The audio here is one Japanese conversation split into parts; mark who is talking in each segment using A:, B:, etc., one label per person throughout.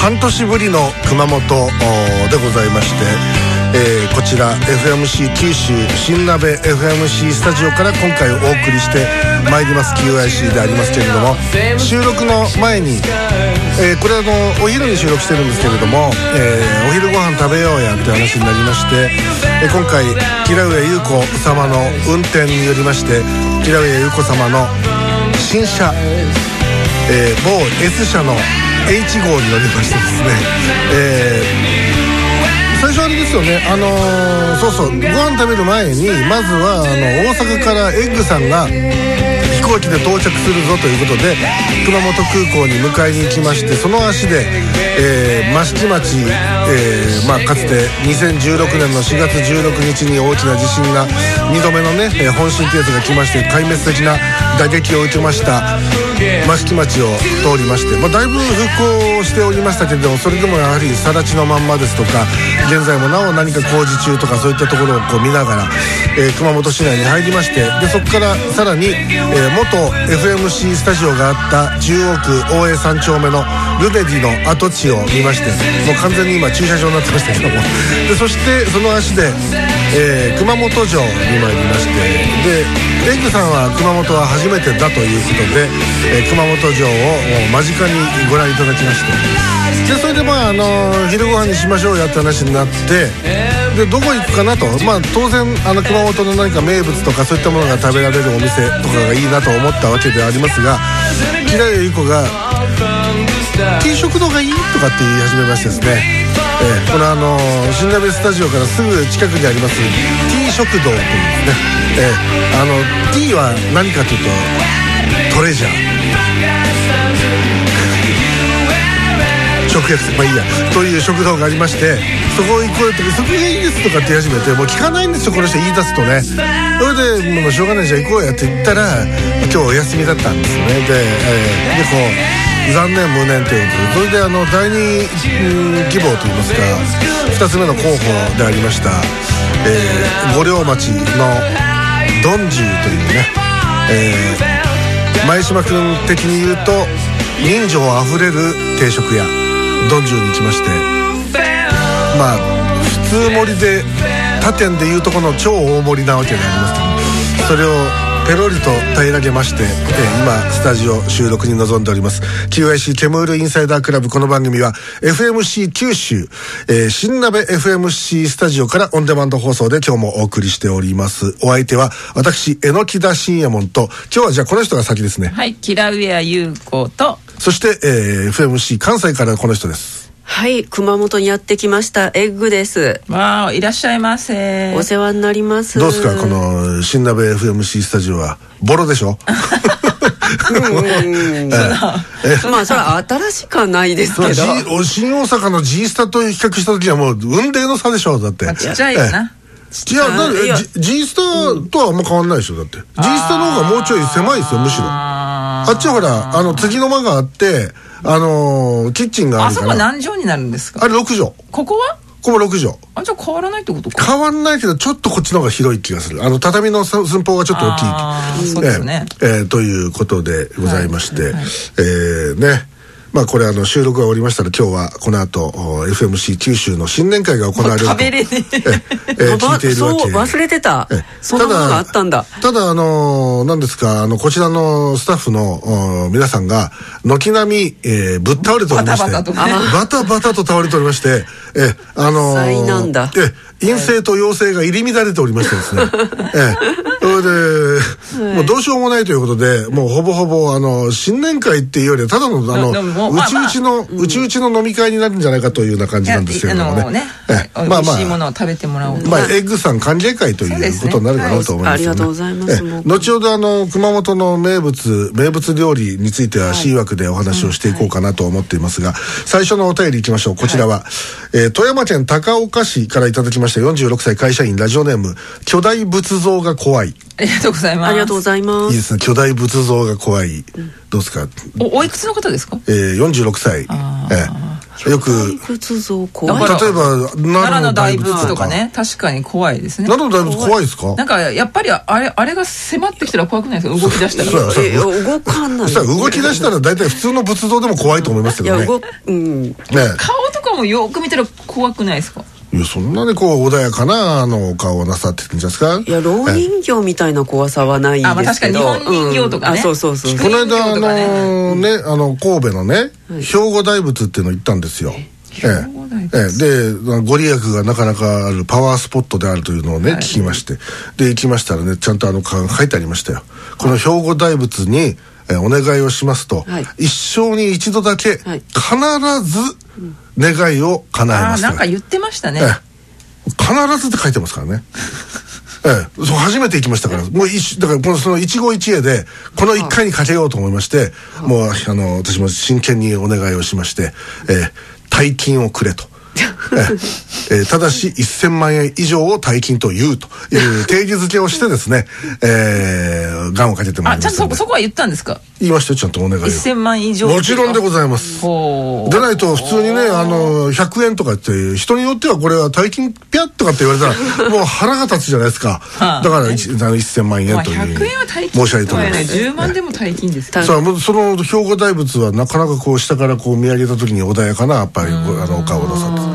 A: 半年ぶりの熊本おーでございまして、えーこちら FMC 九州新鍋 FMC スタジオから今回お送りしてまいります QIC でありますけれども収録の前に、えーこれあのお昼に収録してるんですけれども、えーお昼ご飯食べようやって話になりまして、えー今回平上優子様の運転によりまして平上優子様の新車えー某 S 社の H 号に乗りましてですね、えー最初あれですよねあのーそうそうご飯食べる前にまずはあの大阪からエッグさんが飛行機で到着するぞということで熊本空港に迎えに行きましてその足で、えー、益城町、えーまあ、かつて2016年の4月16日に大きな地震が2度目のね、えー本震ってやつが来まして壊滅的な打撃を受けました益城町を通りまして、まあ、だいぶ復興しておりましたけれどもそれでもやはり更地のまんまですとか現在もなお何か工事中とかそういったところをこう見ながら、えー熊本市内に入りましてでそこからさらに、えー元 FMC スタジオがあった中央区大江三丁目のルデディの跡地を見ましてもう完全に今駐車場になってましたけども でそしてその足で、えー熊本城に参りましてでエッグさんは熊本は初めてだということで、えー熊本城をもう間近にご覧いただきましてでそれでまあ、あのー昼ご飯にしましょうやって話になってでどこ行くかなと、まあ、当然あの熊本の何か名物とかそういったものが食べられるお店とかがいいなと思ったわけではありますが平井由子が定食堂がいいとかって言い始めましてですね、えーこのあのー新鍋スタジオからすぐ近くにあります T 食堂というね、えーあの T は何かというとトレジャー食薬まあいいやという食堂がありましてそこ行こうとそこがいいですとかって言い始めてもう聞かないんですよこの人言い出すとねそれでもうしょうがないじゃあ行こうやって言ったら今日お休みだったんですねで,、えーでこう残念無念ということでそれであの第二うん希望といいますか2つ目の候補でありました、えー、五稜町のドンジューというね、えー前島君的に言うと人情あふれる定食屋ドンジューに来ましてまあ普通盛りで他店でいうとこの超大盛りなわけでありますけどそれをペロリと平らげまして、えー今スタジオ収録に臨んでおります QIC ケムールインサイダークラブこの番組は FMC 九州、えー新鍋 FMC スタジオからオンデマンド放送で今日もお送りしておりますお相手は私榎木田信也門と今日はじゃあこの人が先ですね
B: はい、キラウエア優子と、
A: そして、えー FMC 関西からこの人です
C: はい、熊本にやってきました。エッグです。
B: わあ、いらっしゃいませ。
C: お世話になります。
A: どうですかこ。の新鍋 FMC スタジオはボロで しょ
C: まあ、それは新しかないですけど。
A: G- 新大阪の G スタと比較した時はもう運命の差でしょだって
B: まあちっちゃいよな。
A: いやだって
C: いや
A: G- G スタとはあんま変わんないでしょだって G スタの方がもうちょい狭いですよむしろあ
B: あ
A: っちはほらあの次の間があってあのーキッチン
B: ー
A: があ
B: あ
A: る
B: そ
A: か
B: こ
A: ら
B: 何畳になるんです
A: あ
B: か
A: れ6畳こ
B: ここは
A: こも6畳
B: あ、じゃあ変わらないってことか。
A: 変わんないけどちょっとこっちの方が広い気がするあの畳の寸寸法がちょっと大きい
B: あーそうですね
A: ええええということでございまして、ええねまあこれあの収録が終わりましたら今日はこの後お FMC 九州の新年会が行われると
B: 食べれねえ
A: ええええ聞いているわ
C: そう、
A: け
C: 忘れてた
A: ええ。
C: そんなものがあったんだ。
A: ただ、あのー、何ですか、あの、こちらのスタッフの、お皆さんが、軒並み、えーぶっ倒れておりまして、
B: バタバタとね
A: バタバタと倒れておりまして、え、あのー
C: 災難だ
A: え、陰性と陽性が入り乱れておりましてですね。ええ、それで、もうどうしようもないということで、もうほぼほぼ、あの、新年会っていうよりは、ただの、あの、
B: でも
A: う
B: まあ
A: ちうちの、うちうちの飲み会になるんじゃないかというような感じなんですけれども
B: あの
A: ね
B: ね。
A: ええ、
B: 美味しいものを食べべてもらおうと
A: まあ、エッグさん歓迎会とい
B: そうで
A: う
B: す
A: こ
B: ね
A: とになるかなと思います、
C: はいありがとうございます
A: ええ
C: もう
A: 後ほどあの熊本の名物名物料理については C 枠でお話をしていこうかなと思っていますが、最初のお便りいきましょうこちらは、えー富山県高岡市からいただきました46歳会社員ラジオネーム巨大仏像が怖いい
B: ありがとうございます。
C: ありがとうございま。
A: いですすね巨大仏像が怖い、どうですか、
B: おおいくつの方ですか
A: えー、46歳
B: あ
A: ええよく
C: 大仏像
B: だ
C: 怖
B: か
C: い
B: ら。
A: 例えば
B: 奈良の大
A: 仏
B: 仏とかね確かに怖いですね
A: 奈良の大仏怖いですか
B: なんかやっぱりあれあれが迫ってきたら怖くないですか動き出した
A: そう
B: ら
A: だそうだ
C: え動かな
A: そ
C: い。
A: したら動き出したら大体普通の仏像でも怖いと思います
C: い
A: けど
C: や
A: ね。
C: 動うん。
A: ね
B: 顔とかもよく見たら怖くないですか
A: えいやそんなにこう穏やかなあのお顔をなさってるんじゃないですか。
C: いや老
A: え
C: 人形みたいな怖さはない
B: あまあ
C: ですけど。
B: 確かに日本人形とかね
C: うんあそうそうそう
B: 聞
A: え
B: く。
A: この間あ
B: 人形と
A: の
B: かね
A: ーねあの神戸のね兵庫大仏っていうの行ったんですよ。え
B: 庫大
A: えええでご利益がなかなかあるパワースポットであるというのをね、聞きましてで行きましたらねちゃんとあのか書いてありましたよこの兵庫大仏にえお願いをしますと、
C: はい
A: 一生に一度だけ必
C: はい
A: ず願いを叶え
B: あ
A: ま
B: ー
A: す
B: な
A: と
B: んか言ってましたね
A: ええ、必ずって書いてますから ね。ええ、そう初めて行きましたから、もう一だからこのその一期一会でこの一回にかけようと思いまして、もうあの私も真剣にお願いをしまして、ええ、大金をく れと。ええええただし1000万円以上を大金というという定義づけをしてですね、ええ、願をかけてもら
B: あ
A: い
B: ち
A: ました
B: ゃんと
A: ん
B: そ
A: で
B: こそこは言ったんですか
A: 言いましたよちゃんとお願いを
B: 1000万以上
A: もちろんでご
B: ざい
A: ざいます
B: ほ
A: でないと普通にねあの100円とかって人によってはこれは大金ピャッとかって言われた らもう腹が立つじゃないですか、
B: はあ
A: だから一あの1000万
B: うま
A: 円
B: あ
A: という、
B: 100円は大金
A: 申し上げておりま
B: とは
A: す
B: 言えない10万でも大金ですから
A: さあもうその兵庫大仏はなかなかこう下からこう見上げた時に穏やかなやっぱりこうあのお顔をなさって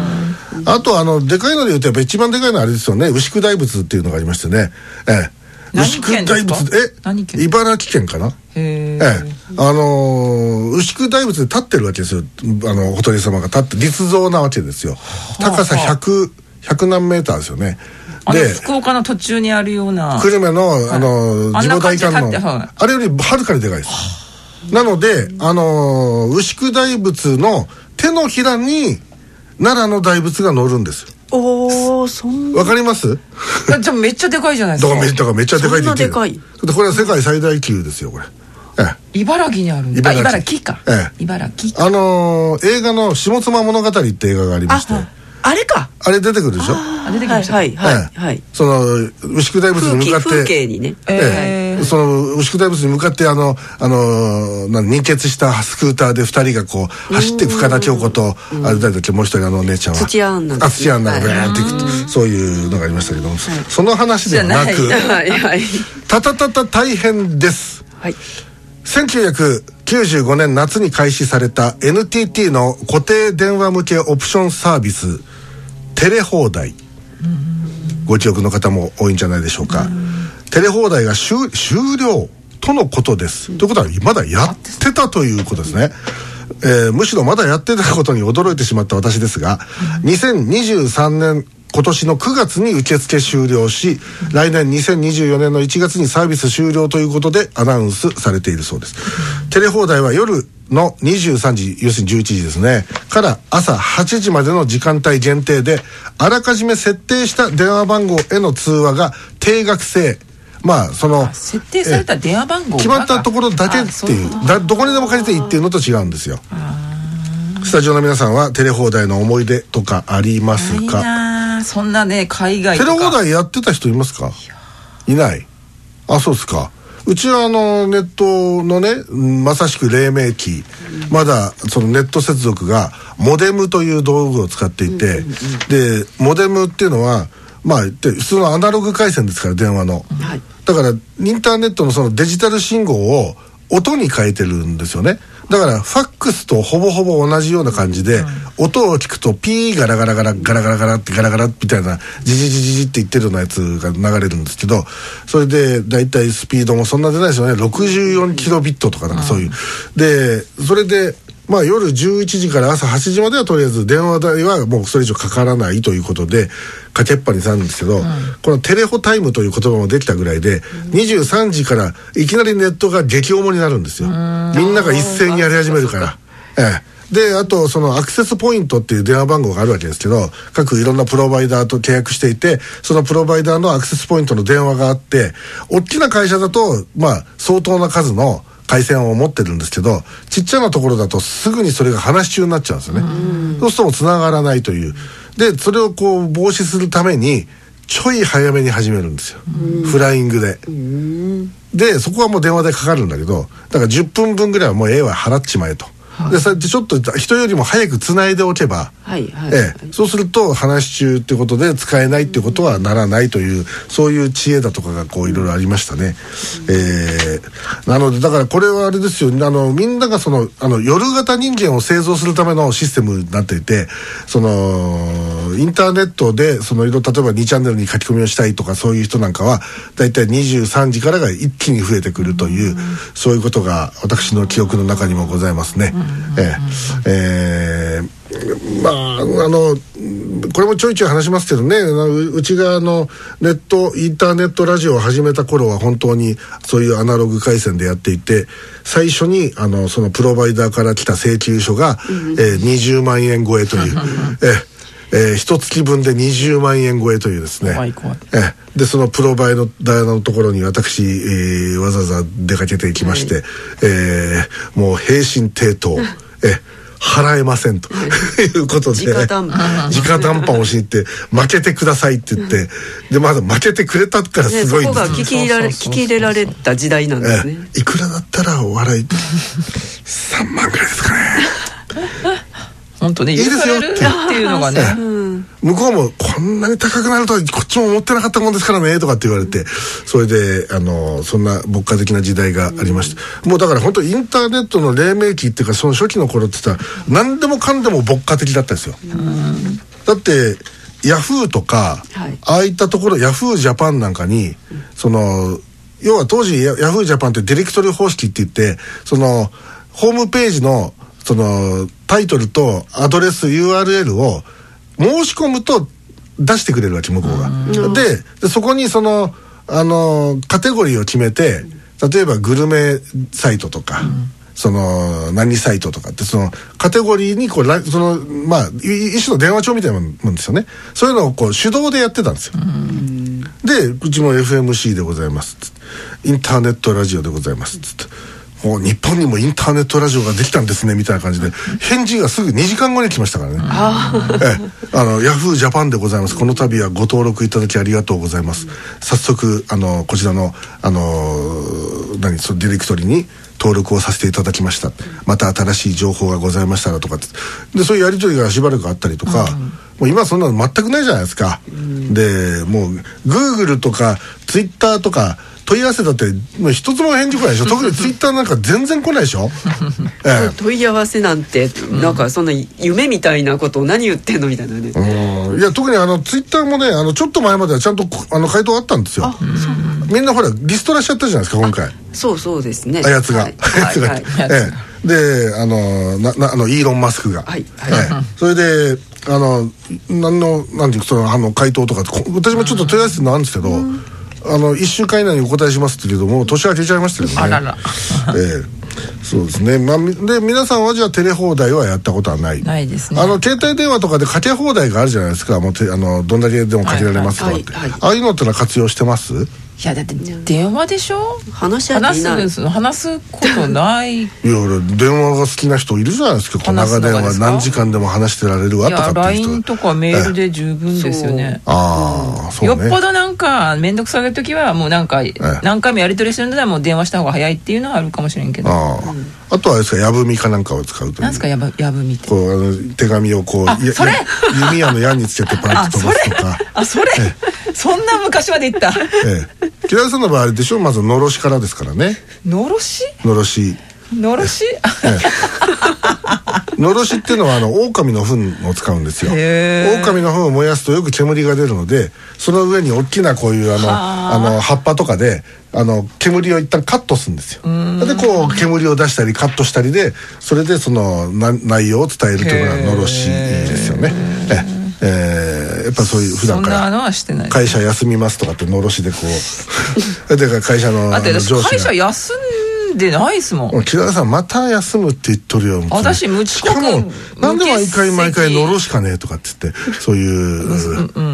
A: あとあのでかいので言うとやっぱ一番でかいのはあれですよね牛久大仏っていうのがありましてねええ
B: 何県ですか何
A: え
B: 県
A: 茨城県かな
B: へ
A: ええ、あのー牛久大仏で立ってるわけですよあの仏様が立って立像なわけですよ高さ100 100何メーターですよね
B: あの
A: で
B: 福岡の途中にあるような
A: 久留米の、あのー
B: あん
A: 地
B: な
A: 母大
B: 感じで
A: 観
B: 立っては
A: 音
B: い
A: あれよりはるかにでかいですなので、あのー牛久大仏の手のひらに奈良の大仏が乗るんですよ
C: おおそんな
A: わかります
B: あじゃあめっちゃでかいじゃないで
A: だ
B: す
A: か
B: から
A: めだからめっちゃでかいって言ってる
C: そんなで
A: でこれは世界最大級ですよこれええ
B: 茨城にあるんだあ
A: 茨
B: 茨
A: 城
B: 城か
A: ええ
B: 茨城
A: あのー映画の「下妻物語」って映画がありまして
C: ああれか。
A: あれ出てくるでしょ
B: あ出てきました
C: はいはいはい
A: ええ
C: はい。
A: その牛久大仏
C: 風
A: に向か
C: 景
A: って
C: 風景にね。
A: ええ
B: えー
A: その牛久大仏に向かってあの、あのーなん人血したスクーターで二人がこう走って深田恭子とあれ誰だっけもう一人あのお姉ちゃんは
C: 土屋アンナですね
A: あ土屋アンナが
C: はい
A: ブーンっていくと、そういうのがありましたけども、その話ではなく
B: じゃ
C: はいはい。
A: たたたた大変です
C: はい。
A: 1995年夏に開始された NTT の固定電話向けオプションサービステレ放題ご記憶の方も多いんじゃないでしょうかテレ放題が終終了とのことですということはまだやってたということですねえーむしろまだやってたことに驚いてしまった私ですが2023年今年の9月に受付終了し来年2024年の1月にサービス終了ということでアナウンスされているそうですテレ放題は夜の23時要するに11時ですねから朝8時までの時間帯限定であらかじめ設定した電話番号への通話が定額制まあその
B: 設定された電話番号が
A: 決まったところだけっていう
B: あ
A: だどこにでも借りていいっていうのと違うんですよスタジオの皆さんはテレ放題の思い出とかありま
B: そ
A: す
B: うかいい
A: か
B: なあそんなね海外
A: テ
B: と
A: レ
B: か
A: 放題やってた人いますかいないあそうですかうちはあのネットのねうんまさしく黎明期まだそのネット接続がモデムという道具を使っていてでモデムっていうのはまあ言って普通のアナログ回線ですから電話の
C: はい
A: だからインターネットのそのデジタル信号を音に変えてるんですよねだからファックスとほぼほぼ同じような感じで、音を聞くとピーガラガラガラガラガラガラってガラガラみたいなジジジジジって言ってるようなやつが流れるんですけどそれで大体スピードもそんな出ないですよね64キロビットとかなんかそういう、でそれでまあ、夜11時から朝8時まではとりあえず電話代はもうそれ以上かからないということでかけっぱにしたんですけど、このテレホタイムという言葉もできたぐらいで、23時からいきなりネットが激重になるんですよ、みんなが一斉にやり始めるから。ええで、あと、そのアクセスポイントっていう電話番号があるわけですけど、各いろんなプロバイダーと契約していて、そのプロバイダーのアクセスポイントの電話があって、大きな会社だと、まあ、相当な数の回線を持ってるんですけど、ちっちゃなところだとすぐにそれが話し中になっちゃうんですよね。そうするともう繋がらないという。で、それをこう防止するために、ちょい早めに始めるんですよ。フライングで。でそこはもう電話でかかるんだけどだから10分分ぐらいはもう A は払っちまえと、でそうやってちょっと人よりも早くつないでおけば、
C: はいはい、
A: ええ、そうすると話し中ってことで使えないってことはならないというそういう知恵だとかがこういろいろありましたね、ええなのでだからこれはあれですよあのみんながそのあの夜型人間を製造するためのシステムになっていてそのインターネットでそのいろいろ例えば2チャンネルに書き込みをしたいとかそういう人なんかは大体23時からが一気に増えてくるという、そういうことが私の記憶の中にもございますね、ええええまあ、あのこれもちょいちょい話しますけどねあのううちがあのネットインターネットラジオを始めた頃は本当にそういうアナログ回線でやっていて最初にあのそのプロバイダーから来た請求書が、えー20万円超えと いうえーえー、一月分で20万円超えというですね
B: 怖い怖い
A: ええでそのプロバイダーのところに私、えーわざわざ出かけていきまして、えーもう平身抵当ええ払えませんということで
C: 直談判
A: 直談判をしに行って負けてくださいって言ってでまだ負けてくれたから
C: ね、
A: す
C: そ
A: ごいん
C: こ
A: です
C: が
A: よ
C: 聞き入れら
B: そうそう
C: れ
B: そうそう
C: 聞き入れられた時代なんですね
A: え。えいくらだったらお笑い 3万ぐらいですかね
B: 本当ね
A: いで
B: 許
A: すよ
B: されるっていうのがね
A: 向こうもこんなに高くなるとはこっちも思ってなかったもんですからねとかって言われてそれであのそんな牧歌的な時代がありました、もうだから本当インターネットの黎明期っていうかその初期の頃って言ったら何でもかんでも牧歌的だったんですよ、だってヤフーとか、
C: はい
A: ああいったところヤフージャパンなんかにその要は当時ヤヤフージャパンってディレクトリ方式って言ってそのホームページのそのタイトルとアドレス URL を申し込むと出してくれるわけ向こうが。ででそこにそのあのカテゴリーを決めて例えばグルメサイトとか。その何サイトとかってそのカテゴリーにこうラそのまあい一種の電話帳みたいなもんもんですよねそういうのをこう手動でやってたんですよでうちも FMC でございますつってインターネットラジオでございますつってもう日本にもインターネットラジオができたんですねみたいな感じで返事がすぐ2時間後に来ましたからねええ、あのヤフージャパンでございますこの度はご登録いただきありがとうございます早速あのこちらのあの何そのディレクトリに登録をさせていただきましたまた新しい情報がございましたらとかってでそういうやり取りがしばらくあったりとか、もう今そんなの全くないじゃないですか、でもうグーグルとかツイッターとか問い合わせだってもう一つも返事来ないでしょ特にツイッターなんか全然来ないでし ょ、ええ、
C: 問い合わせなんて、なんかそんな夢みたいなことを何言ってんのみたいなね。
A: うんいや特にあのツイッターもねあのちょっと前まではちゃんとこあの回答あったんですよみんなほらリストラしちゃったじゃないですか今回
C: そうそうですね。
A: あやつが、
C: はい
A: あ やつが、
C: はいはい
B: はい
A: ええであのななあのイーロン・マスクが
C: はいはい
A: それであの何の何ていうかそのあの回答とかこ私もちょっと問い合わせてのあるんですけど、あの1週間以内にお答えしますって言うけどもう年明けちゃいましたよね
B: あらら
A: ええそうですね、まあ、みで皆さんはじゃあテレ放題はやったことはない
B: ないですね
A: あの携帯電話とかでかけ放題があるじゃないですかもうてあのどんだけでもかけられますとかって、
C: はいはいはい
A: ああいうのってのは活用してます
B: いやだって電話でしょ
C: 話し合って
B: 話
C: いない
B: す話すことない
A: いや俺電話が好きな人いるじゃないですかこう長
B: 話すの
A: 電
B: がで
A: 話
B: すか
A: 何時間でも話してられるわ
B: い
A: と
B: や
A: かっていう人
B: LINE とかメールで十分ですよね
A: ああそう
B: よっ
A: ね
B: ぽどなんか面倒くさい時はもうなんか何回もやり取りするのならもう電話した方が早いっていうのはあるかもしれんけど
A: ああ、あとはあれですかやぶみかなんかを使うとい
B: な
A: うん
B: すかやぶやぶみって
A: こうあの手紙をこう
B: あ
A: や
B: それ
A: や弓矢の矢につけてパン
B: あ
A: と飛
B: そ
A: ば
B: れ
A: すとか
B: あそれそんな昔まで 言った
A: ええ平井さんの場合あれでしょまずのろしからですからね
B: のろし
A: のろし
B: のろし
A: のろしっていうのはあの狼の糞を使うんですよ
B: へー
A: 狼の糞を燃やすとよく煙が出るのでその上に大きなこういうあの
B: はあ
A: あの葉っぱとかであの煙を一旦カットするんですよでこう煙を出したりカットしたりでそれでそのな内容を伝えるというの
B: へ
A: が
B: ー
A: のろしですよねええーやっぱそういう普
B: そ
A: 段
B: ん
A: か
B: な
A: ら
B: のはしてない
A: 会社休みますとかってのろしでこ う だから会社の
B: だ
A: あ
B: って
A: の
B: 私
A: 上
B: 会
A: 司
B: 社
A: が
B: 休んでないっすもん
A: うん木田さんまた休むって言っとるよみたいな
B: 私無遅
A: し
B: 刻
A: かもなんで毎回毎回
B: 無欠席
A: のろしかねえとかって言ってそういう、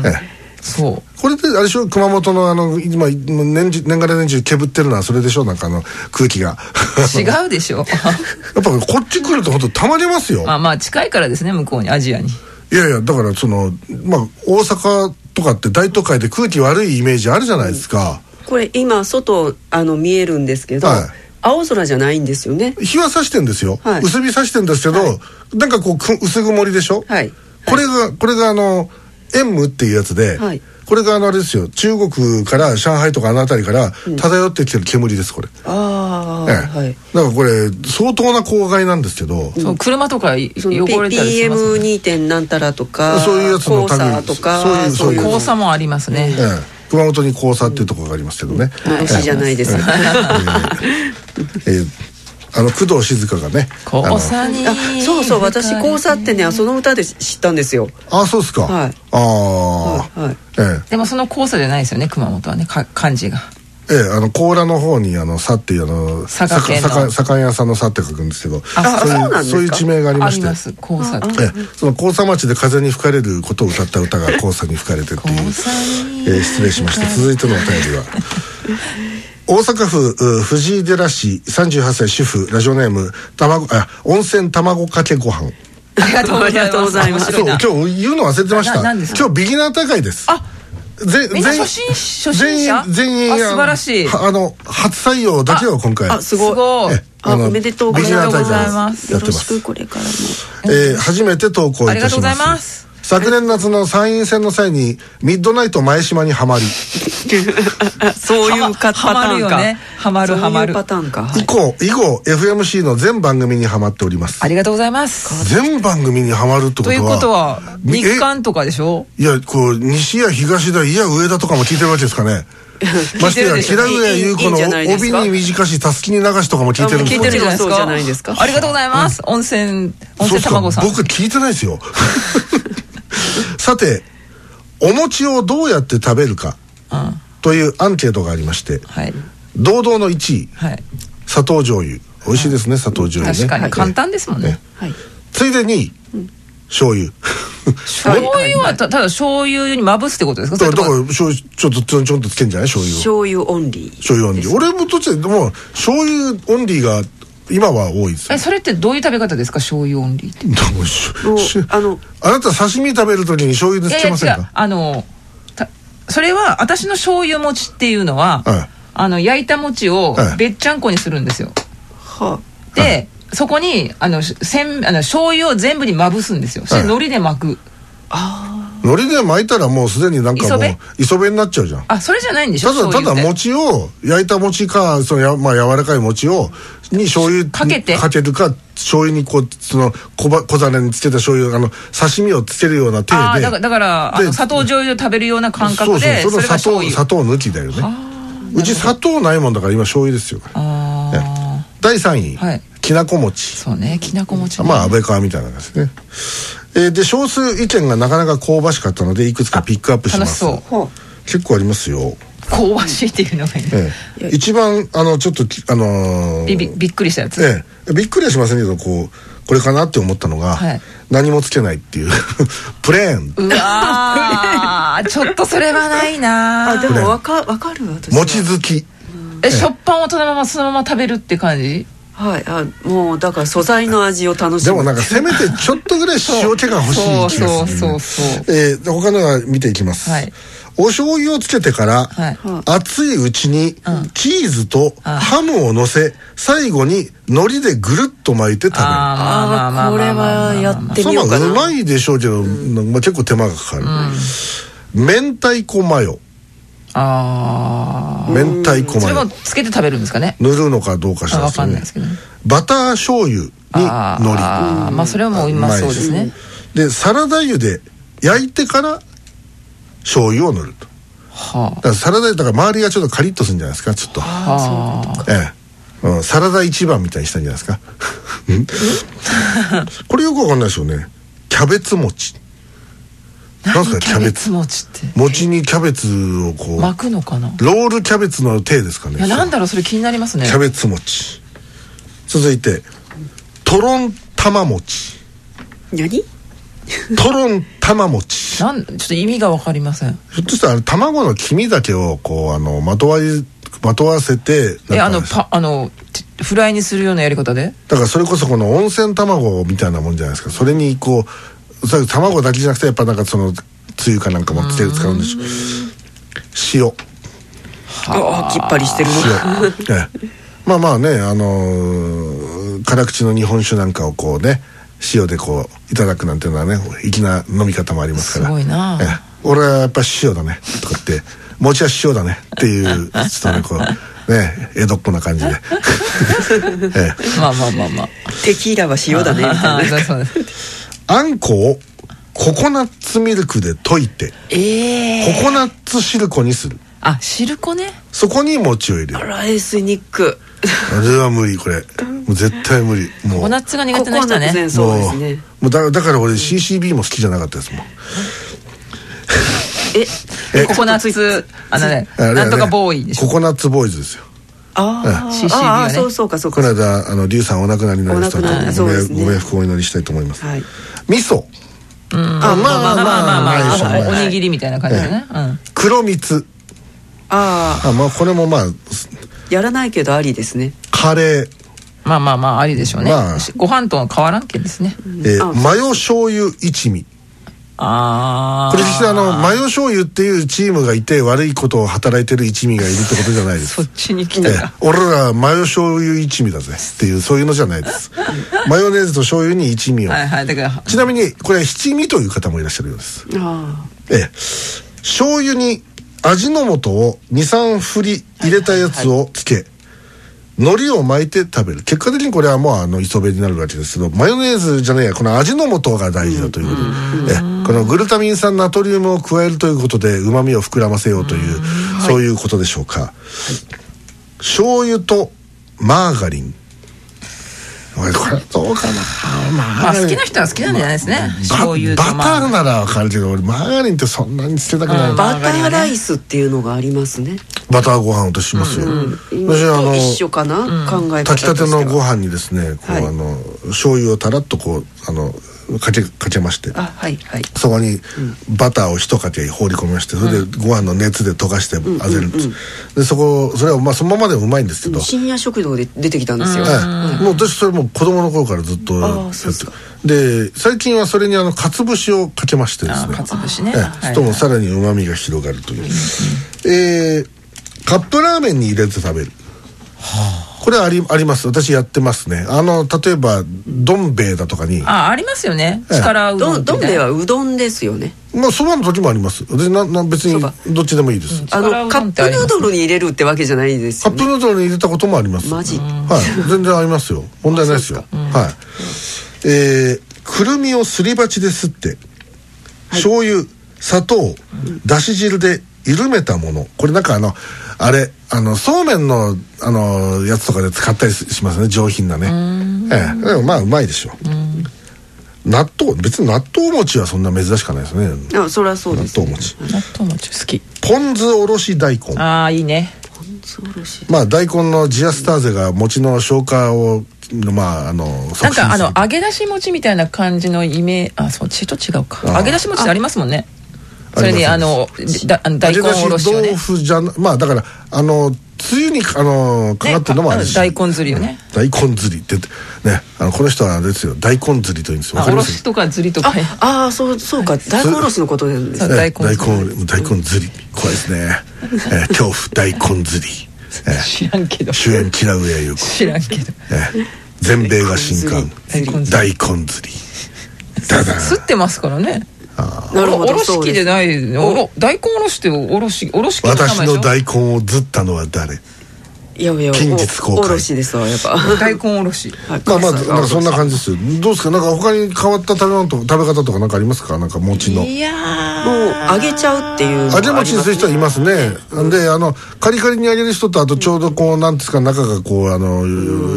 A: ええ
B: そう
A: これであれでしょ熊本のあの今もう年中年がら年中けぶってるのはそれでしょなんかあの空気が
B: 違うでしょ
A: やっぱこっち来ると本当たまりますよ
B: まあまあ近いからですね向こうにアジアに
A: いやいやだからそのまあ大阪とかって大都会で空気悪いイメージあるじゃないですか、
C: これ今外あの見えるんですけど、
A: はい
C: 青空じゃないんですよね。
A: 日は差してんですよ、
C: はい
A: 薄日差してんですけど、なんかこうく薄曇りでしょ、
C: はい
A: これがこれがあの塩霧っていうやつで、
C: はい
A: これがあのあれですよ中国から上海とかあの辺りから漂ってきてる煙ですこれ、
C: ああ、
A: ええ
C: はい。
A: だからこれ相当な公害なんですけど、
B: そう車とかい
C: その
B: 汚れたりしますもんね
C: PM2. なんたらとか、
A: そういうやつの類
C: 黄砂とか、
A: そういう
B: そう
A: そういう
B: 交差もありますね
A: ええ熊本に交差っていうところがありますけどね、
C: の
A: ええ
C: 年じゃないです。
A: ええあの工藤静香がねあの
B: 交差に
C: あそうそう私交差ってねその歌で知ったんですよ
A: あそうですか、
C: はい
A: ああ、
C: はいはい
A: ええ
B: でもその交差じゃないですよね熊本はねか漢字が
A: ええ、あの甲羅の方にあの「さ」っていうあの
B: 佐賀県の
A: 酒酒屋さんの「さ」って書くんですけど
B: あ
A: そう
C: そうなん
A: いう
C: ですか
A: そういう地名がありま
B: あ
A: し
B: り
A: て
B: ます交差
A: ええ、その黄砂町で風に吹かれることを歌った歌が黄砂に吹かれてって いう
B: 交差に
A: えー失礼しました続いてのお便りは 大阪府う藤井寺市38歳主婦ラジオネーム卵あ温泉卵かけご飯
B: ありがとうございます
C: あ
A: そう今日言うの忘れてました
B: ななんですか
A: 今日ビギナー高いです
B: あ
A: ぜ
B: みんな
A: 全
B: 初心初心者
A: 全員全員
B: あ素晴らしい
A: あのはあの初採用だけを今回
C: あすごい
A: ええ
C: あおめでとうございます
A: ビギナー大会
B: おめでとうございます
A: や
C: よ
A: ってま
C: ろし
A: す
C: くこれからも
A: えー初めて投稿いたします
B: ありがとうございます
A: 昨年夏の参院選の際にミッドナイト前島にはまり
C: あそういう
B: は
C: かパタ
B: ま
C: ー
B: る
C: ン
B: よ
C: か
B: ねはまるはまる
C: そういうパターンか、はい
A: 以降以後 FMC の全番組にはまっております
B: ありがとうございます
A: 全番組にはまるってこと
B: と
A: は
B: いうことは
A: み
B: 日韓とかでしょ
A: えいやこう西や東だいや上田とかも聞いてるわけですか ねましてや
B: 聞いて
A: 平
B: るでしょ
A: 上優子の
C: いいんじゃないです
A: 帯
C: か
A: に短したすきに流しとかも聞いてるんです
B: 聞い
A: よ
B: てるじゃないです
C: もちろんそうじゃないです
B: か
C: か
B: ありがとうございます温泉温
A: そうっ
B: 泉
A: すか
B: 卵さん
A: 僕聞いてないですよ さてお餅をどうやって食べるか
B: うん
A: というアンケートがありまして
B: はい
A: 堂々の1位
B: はい
A: 砂糖醤油美味しいですね、砂糖醤油ね
B: 確かに簡単ですもんね
A: ね
C: はい
A: ついでに、醤油
B: 醤油はたただ醤油にまぶすってことですかそ
A: だ
B: れ
A: か
B: と
A: らだから
B: も
A: 醤油ちょっとちょんちょんとつけんじゃない醤油を
C: 醤油オンリー
A: 醤油オンリー俺もどっちででも醤油オンリーが今は多いですよ
B: えそれってどういう食べ方ですか醤油オンリーって
A: でもし
C: もう
A: し
C: あの
A: あなた刺身食べるときに醤油
B: い
A: でつ
B: や
A: け
B: い
A: ません
B: や違う
A: か
B: あのたそれは私の醤油餅っていうのは、
A: はい
B: あの焼いた餅を
A: はい
B: べっちゃんこにするんですよ、
C: は
B: で、そこにあのしせんあの醤油を全部にまぶすんですよそし
A: は
B: て
A: い
B: 海苔で巻く
A: 海苔で巻いたらもうすでになんかもう
B: 磯辺
A: 磯辺になっちゃうじゃん
B: あそれじゃないんでしたょ
A: だた
B: 醤
A: だ
B: 油って
A: 餅を焼いた餅かそのや、まあ、柔らかい餅をに醤油
B: かけて
A: かけるか醤油にこうその小ば小皿につけた醤油あの刺身をつけるような手で
B: あーだからだからあ
A: で
B: の砂糖醤油を食べるような感覚で
A: そう
B: そ
A: そう
B: れが
A: そ
B: 醤
A: の砂糖
B: 油
A: 砂糖抜きだよねうち砂糖ないもんだから今醤油ですよ
B: あ
A: 第3位、
B: はい
A: きなこ
B: ー
A: 餅
B: そうねきなこ餅ね
A: まあ安倍川みたいなのですね、えーで少数意見がなかなか香ばしかったのでいくつかピックアップしま
B: 楽し
A: す
B: そう
C: あは
A: 結構ありますよ、
B: 香ばしいっていうのがいい
A: ええ一番あのちょっときあのー
B: びびびっくりしたやつ、
A: ええ、びっくりはしませんけどこうこれかなって思ったのが、
B: はい
A: 何もつけないっていう プレーン
B: うわーちょっとそれはないな
C: あで
B: ー
C: もわかわかる私は
A: 餅好き
B: え食パンをそのままそのまま食べるって感じ
C: はいあもうだから素材の味を楽しむ
A: でもなんかせめてちょっとぐらい塩気が欲しい気
B: そ
A: が
B: う
A: する
B: そ
A: ね
B: うそうそう
A: えー、で他のは見ていきます、
B: はい
A: お醤油をつけてから、
B: はい
A: 熱いうちにチーズとハムをのせ最後に海苔でぐるっと巻いて食べる
B: あーまあまあまあまあ
C: あーこれはやって
A: そ
C: み
A: う
C: ようかな
A: まあうまいでしょうけど、まあ、結構手間がかかる、明太子マヨ
B: ああ
A: 明太子
B: それ
A: マ
B: も
A: ヨ
B: つけて食べるんですかね
A: 塗るのかどうかし
B: あ
A: ら
B: わかんないですけどね
A: バター醤油に
B: あー
A: 海苔
B: あーまあそれはもう今そうですね
A: でサラダ油で焼いてから醤油を塗ると
B: は
A: だからサラダ油だから周りがちょっとカリッとするんじゃないですかちょっと
B: あはあ
A: ええ、うん、サラダ一番みたいにしたんじゃないですか これよくわかんないですよねキャベツ餅なんすか
B: 何
A: キャベツ
B: 餅って
A: 餅にキャベツをこう
B: 巻くのかな
A: ロールキャベツの手ですかね
B: いやなんだろうそれ気になりますね
A: キャベツ餅続いてトロン玉餅
C: 何
A: トロン玉餅
B: なんちょっと意味がわかりません
A: ひょっとしたらあれ卵の黄身だけをこうあのまとわりまとわせて
B: え
A: な
B: あ
A: んか
B: のパあのてフライにするようなやり方で
A: だからそれこそこの温泉卵みたいなもんじゃないですかそれにこうそれ卵だけじゃなくてやっぱなんかそのつゆかなんかもつけて使うんでしょ
C: ああきっぱりしてるの
A: 塩塩ええまあまあねあのー辛口の日本酒なんかをこうね塩でこういただくなんていうのはね粋な飲み方もあります
B: す
A: から
B: ごいな
A: ええ俺はやっぱ塩だねとかって餅は塩だねっていうちょっとねこうね江戸っ子な感じで、 ええ
B: まあまあまあまあ
C: テキーラは塩だねみたいな
B: あ ーそうですそうです
A: あんこをココナッツミルクで溶いて
B: ええ
A: ココナッツ汁粉にする
B: あ汁粉ね
A: そこに餅を入れ
C: あ
A: る
C: らエスニック
A: あれは無理これもう絶対無理もう
B: ココナッツが苦
C: こ
B: 手な
C: こは
B: 人はね
C: ねそうですね
A: もうだだから俺 CCB も好きじゃなかったですもん
C: え
B: ココナッツあのね
A: あれ
B: なんとかボーイでしょ
A: ココナッツボーイズですよ
C: あー
B: CCB がね
C: あーそうそうかそう
A: こ
C: か
A: の間あのリュウさんお亡くなりになりました
C: お亡くなり
A: ご
C: そうで
A: 冥
C: すね
A: ご冥福をお祈りしたいと思います、
C: はい
A: 味噌
C: あま
B: まあまあ
C: あまあまあ
B: まあ
C: まあ
A: ない
B: ま
A: で
B: あ
A: しょう
B: ま
A: ね
B: あおおにぎりみたいな感じでねうん
A: 黒蜜
C: ああ
A: あまあこれもまあす
C: やらないけどありですね
A: カレー、
B: まあまあまあありでしょうね
A: まあ
B: ご飯とは変わらんけんですね
A: えー
C: あ
A: マヨ醤油一味
B: ああ
A: これ実はあのマヨ醤油っていうチームがいて悪いことを働いてる一味がいるってことじゃないです
B: そっちに来
A: え
B: た
A: え
B: か
A: 俺らマヨ醤油一味だぜっていうそういうのじゃないですマヨネーズと醤油に一味を
B: はいはいだから
A: ちなみにこれは七味という方もいらっしゃるようです
C: あ
A: ええ醤油に味の素を23振り入れたやつをつけ海苔を巻いて食べる結果的にこれはもうあの磯辺になるわけですけどマヨネーズじゃねえやこの味の素が大事だということで、ええこのグルタミン酸ナトリウムを加えるということでうまみを膨らませようというそういうことでしょうか、醤油とマーガリンおいこれどうかなマー
B: まあ
A: ガリン
B: 好きな人は好きなんじゃないですね
A: バ
B: 醤油と
A: バタ
B: ま
A: ー
B: あ
A: ならわかるけど俺マーガリンってそんなに捨てたくない、
B: うん
A: バ
C: バターライスっていうのがありますね
A: バターご飯をとしますよ、
C: 今
A: 私あ
C: と
A: の
C: 一緒かな考え方と
A: 炊き
C: しては
A: たてのご飯にですねこう、
C: はい
A: あの醤油をたらっとこうあのかけかけまして
C: あはいはい
A: そこにバターを一かけ放り込みましてそれでご飯の熱で溶かして混ぜるんです、でそこそれはまあそのままでもうまいんですけど、
C: 深夜食堂で出てきたんですよ
A: ええ、もう私それもう子供の頃からずっとや
C: あ
A: っ
C: あ
A: て
C: そうですか
A: で最近はそれにあの鰹節をかけましてですね
B: かつぶしね
A: ええ
B: は
A: ちょ
B: い
A: っともうさらにうまみが広がるという、えーカップラーメンに入れて食べるこれありあります私やってますねあの例えばどん兵衛だとかに
B: あありますよね
A: ええ
B: 力うど
C: ど
B: ん
C: んどん兵衛
B: は
C: はうどんですよね
A: まあそばの時もあります私なな別に
C: そば
A: どっちでもいいです、
B: 力
C: あ
B: うどん
C: のカッ
B: ってあ
C: プ
B: り
C: ヌ
B: ます
C: ードルに入れるってわけじゃないです
A: カ
C: よ
A: ップ
C: ね
A: ヌードルに入れたこともあります
C: マジ
A: はい全然ありますよ問題ないですよはいえー、くるみをすり鉢ですって、醤油砂糖だし汁で緩めたものこれなんかあのあれあのそうめんのあのやつとかで使ったりしますね上品なねええでもまあうまいでしょう納豆別に納豆餅はそんな珍しくはないですね
C: あそりゃそう
A: 納
C: です
A: 豆
C: ね
A: 餅
B: 納豆餅好き
A: ポン酢おろし大根
B: ああいいね
C: そうらしい
A: まあ大根のジアスターゼが餅の消化をまああの
B: な
A: 促進
B: ん
A: する
B: かあの揚げ出し餅みたいな感じのイメージあそうちょっと違うか
A: あー
B: 揚げ出し餅ってありますもんねそれに
A: あ
B: あ
A: りま
B: のだあの大根おろしを
A: 揚げ出し
B: ね
A: 豆腐じゃなまあだからあの梅雨にあのかかってるのもあるし、
B: ねあ大根ずりよね
A: 大根ずりってねあのこの人はあれですよ大根ずりというんですよわ
B: あ
A: かり
B: おろ
A: ま
B: し
A: す
B: とかずりとか
C: ああーそうそうか大根おろしのことなんです
B: そう
A: ええ
B: 大根ずり
A: 大根大根ずり怖いですね、え え恐怖大根ずり、ええ
B: 知らんけど
A: 主演キラウエユ子
B: 知らんけど
A: 全米が新刊
B: 大根ずり
A: 大根ずりだだ
B: 吸ってますからね
C: なるほ
B: お
C: ど
B: ろし
C: そう
B: 器
C: で
B: じゃな
C: す
B: いおろ大根おろしっておろしおろし器の名
A: 私
B: 前でし
A: の
B: ょ
A: 大根をずったのは誰
C: いやいや
A: 近日公
C: お
A: 開
C: おろしですわやっぱ
B: 大根おろし
C: はい
A: まあまあ、
C: おろし
A: なんかそんな感じですよ。どうですかなんか他に変わった食べ物と食べ方とかなんかありますかなんか餅の。
B: いやー
C: もう揚げちゃうっていうのがあり
A: 味
C: ま
A: 餅にする人はいますね。で、あの、カリカリに揚げる人と、あとちょうどこう、なんですか、中がこう、あの、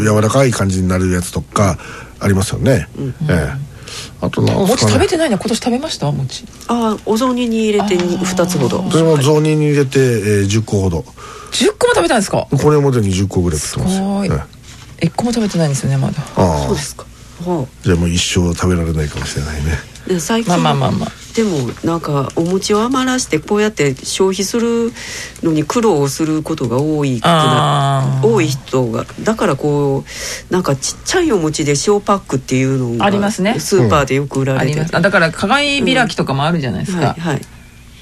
A: 柔らかい感じになるやつとか、ありますよね。ええ。あとなんです
B: 餅
A: か
B: 食べ
A: ね。
B: てないの今年食べました餅
C: ああお雑煮に入れて2つほど
A: それも雑煮に入れて、えー10個ほど。
B: 10個も食べたんですか
A: これをもとに10個ぐらい食ってます
B: す
A: よ。
B: ごい
A: ええ
B: 1個も食べてないんですよねまだ
A: あ
C: そうで
A: あ。
C: すかは
A: じゃあもう一生食べられないかもしれないね。
C: あで最近
B: まあまあまあまあ
C: でもなんかお餅を余らしてこうやって消費するのに苦労をすることが多いくな
B: あー
C: 多い人がだからこうなんかちっちゃいお餅で塩パックっていうのが
B: ありますね
C: スーパーでよく売ら
B: あ
C: れ
B: り
C: て
B: ます
C: て、
B: あだから鏡開きとかもあるじゃないですか、
C: はいはい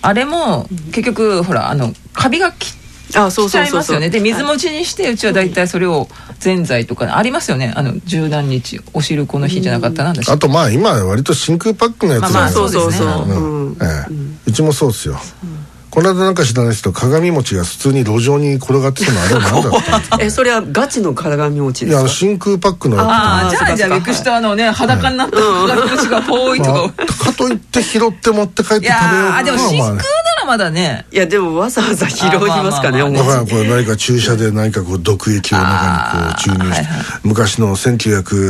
B: あれも結局ほらあのカビがき
C: あそう
B: きち
C: そう
B: ゃい
C: そう
B: ます
C: そう
B: よねで水
C: はい
B: 持ちにしてうちは大体それをぜんざいとかありますよねあの十何日お汁粉の日じゃなかったなんだし
A: あとまあ今割と真空パックのやつ
B: ま
A: が
B: あ
C: そうそうそう
B: まあ
A: う
B: そ
A: ん
C: うん
A: ええうちもそうですよ、この間なんか知らない人鏡餅が普通に路上に転がってたのあれは何だったの
C: えそれはガチの鏡餅
A: い
C: で
A: やあ
C: す
A: の
C: か
A: 真空パックの
B: ああ
C: あー
B: じ
C: そう
B: ゃあ
C: か
B: じゃあ
C: そ
B: び
C: うか
B: っくりしたあのね裸になった鏡口が遠いと
A: ま
B: か
A: あ、かといって拾って持って帰っ
B: い
A: て食べよう
B: やー
A: と
B: でも
A: は
B: 真
A: 思わ
B: 空
A: な
B: ないらまだね
C: いやでもわざわざ拾いますかね
B: あ
C: お
B: まあまあまあ
A: だか
C: 餅
A: らこれ何か注射で何かこう毒液を中にこう注入して、
B: あーはい
A: 昔の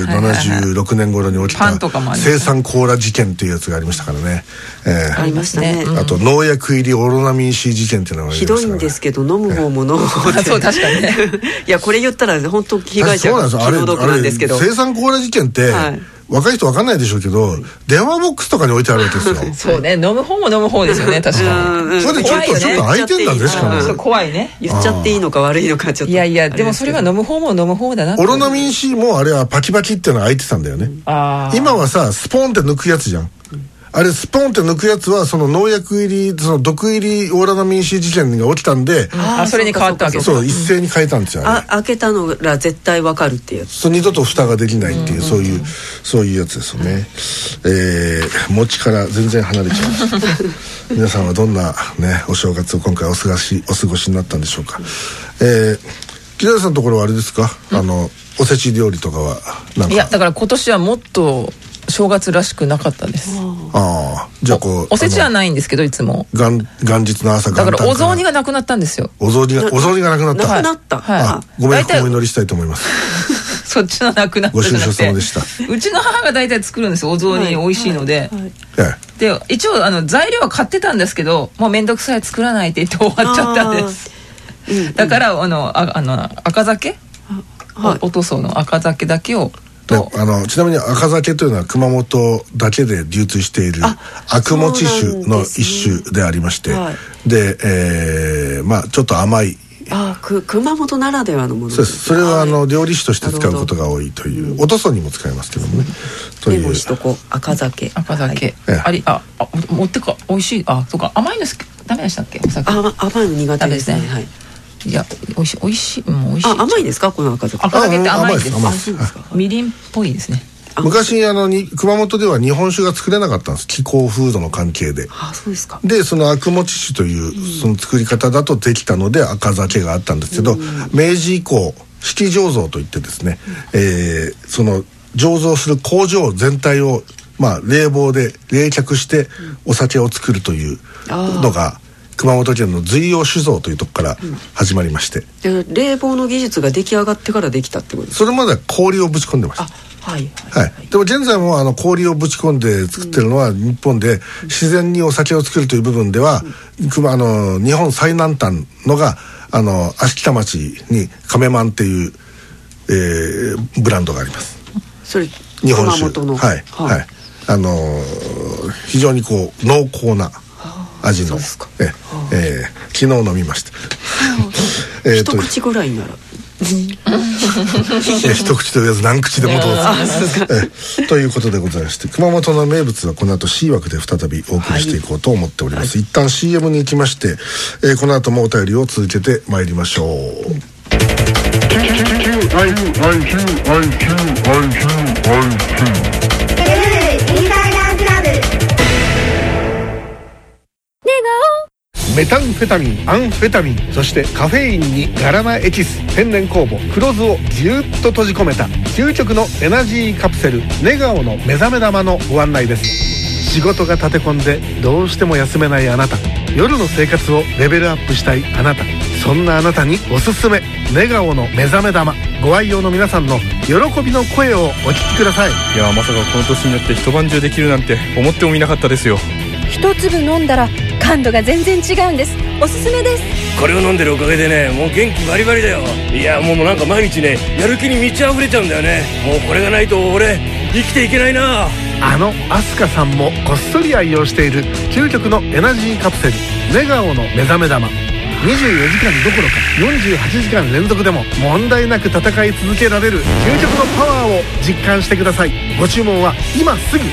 A: 1976年頃に起き
B: パ
A: た
B: ンとかもありますね
A: 生産コーラ事件というやつがありましたからね、ええ
C: ありましたね
A: あと農薬入りオロナミン C 事件っていうのがありま
C: ひ
A: した
C: ど
A: から
C: いんですけど飲む方も飲む方で
B: そう確かにね
C: いやこれ言ったら本当被害者
A: そうなんで
C: が
A: す
C: 気
A: よあれ
C: の毒なんですけど
A: あれ生産コーラ事件って、
C: はい
A: 若い人分かんないでしょうけど電話ボックスとかに置いてあるわけですよ
B: そうね飲む方も飲む方ですよね確かに
C: うん
A: それでちょっと、
B: 怖いよね
A: ちょっと空いてんだねしか
C: う
A: も
C: ん
B: そう怖いね
C: 言っちゃっていいのか悪いのかちょっと
B: いやいやでもそれは飲む方も飲む方だなって
A: オロナミン C もあれはパキパキっていうのが空いてたんだよね
B: あー
A: 今はさスポンって抜くやつじゃんあれスポンって抜くやつはその農薬入りその毒入りオロナミン C 事件が起きたんで、
B: あそれに変わったわけです
A: そう一斉に変えたんですよあれ
C: あ開けたのら絶対わかるってやつ
A: そう二度と蓋ができないっていう、そういうそういうやつですよね、えー、餅から全然離れちゃいま した皆さんはどんなねお正月を今回お過ごしお過ごしになったんでしょうかえー、木田さんのところはあれですか、あのおせち料理とかはなんか
B: いやだから今年はもっと正月らしくなかったです
A: ああじゃあこう
B: おせちは
A: あ
B: ないんですけどいつも
A: の元元日の朝元
B: だ
A: 旦
B: からお雑煮
A: が
B: がなくなったんですよ
A: お雑煮がお雑煮がなくなっ
C: な
A: た、
C: くなった、
B: はい
A: あ
C: あ
A: ごめん
B: 大体
A: お祈りしたいと思います
B: そっちのなくなった
A: ご愁
B: じゃな
A: 傷
B: くて
A: 様でした
B: うちの母が大体作るんですよお雑煮美味しいので、
C: はい
A: ええ
B: で一応あの材料は買ってたんですけどもう面倒くさい作らないって言 って終わっちゃったんです
C: あーうん
B: だからあのああの赤酒、
C: はい
B: おお塗装の赤酒だけをと
A: ねあのちなみに赤酒というのは熊本だけで流通している
C: あ
A: 悪餅酒の
C: そうなん
A: 一種でありましてで,、
C: は
A: えーまあちょっと甘い
C: あーく熊本ならではのもの
A: そうですそれはあの料理酒として使
C: な
A: う
C: るほ
A: こと
C: ど
A: が多いというおとそにも使えますけどもねと
C: メ
A: いう
C: モしとこう赤酒
B: 赤酒、
A: ええ
B: ありああ持ってか美味しいあそうか甘いの好きダメでしたっけお酒
C: あま甘いの苦手です
B: ダ
C: ね
B: メです
C: はい
B: いや美味しい美味しいうん美味しい
C: あ甘いですかこの赤酒
B: 赤酒って甘いんです
A: あ甘いで
C: あそうですか
B: みりんっぽいですね
C: あ
A: 昔あのに熊本では日本酒が作れなかったんです気候風土の関係で
C: あそうですか
A: でその悪餅酒というその作り方だとできたので赤酒があったんですけど、明治以降式醸造といってですね、えーその醸造する工場全体を、まあ、冷房で冷却してお酒を作るというのが熊本県の随陽酒造というとこから始まりまして
C: で冷房の技術が出来上がってからできたってことです
A: それまでは氷をぶち込んでました
C: あはい
A: はい、でも現在もあの氷をぶち込んで作ってるのは日本で自然にお酒を作るという部分では、熊あの日本最南端のがあの芦北町に亀マンっていう、えーブランドがあります
C: それ
A: 日本
C: 熊
A: 酒
C: 本の
A: はい、はいあのー非常にこう濃厚な味
C: そ
A: の
C: うですか
A: ええええ昨日飲みました えー
C: 一
A: と
C: 口ぐらいなら
A: いや 一口と言わず何口でもどうぞ
B: あ。
A: ええということでございまして熊本の名物はこの後 C 枠で再びお送りしていこうと思っております、一旦 CM に行きまして、えーこの後もお便りを続けてまいりましょう。
D: インサイダークラブ
E: メタンフェタミンアンフェタミンそしてカフェインにガラナエキス天然酵母黒酢をぎゅっと閉じ込めた究極のエナジーカプセルネガオの目覚め玉のご案内です仕事が立て込んでどうしても休めないあなた夜の生活をレベルアップしたいあなたそんなあなたにおすすめネガオの目覚め玉ご愛用の皆さんの喜びの声をお聞きください
F: いやーまさかこの年になって一晩中できるなんて思ってもみなかったですよ
G: 一粒飲んだら感度が全然違うんですおすすめです
H: これを飲んでるおかげでねもう元気バリバリだよいやもうなんか毎日ねやる気に満ち溢れちゃうんだよねもうこれがないと俺生きていけないな
E: あのアスカさんもこっそり愛用している究極のエナジーカプセルネガオの目覚め玉24時間どころか48時間連続でも問題なく戦い続けられる究極のパワーを実感してくださいご注文は今すぐ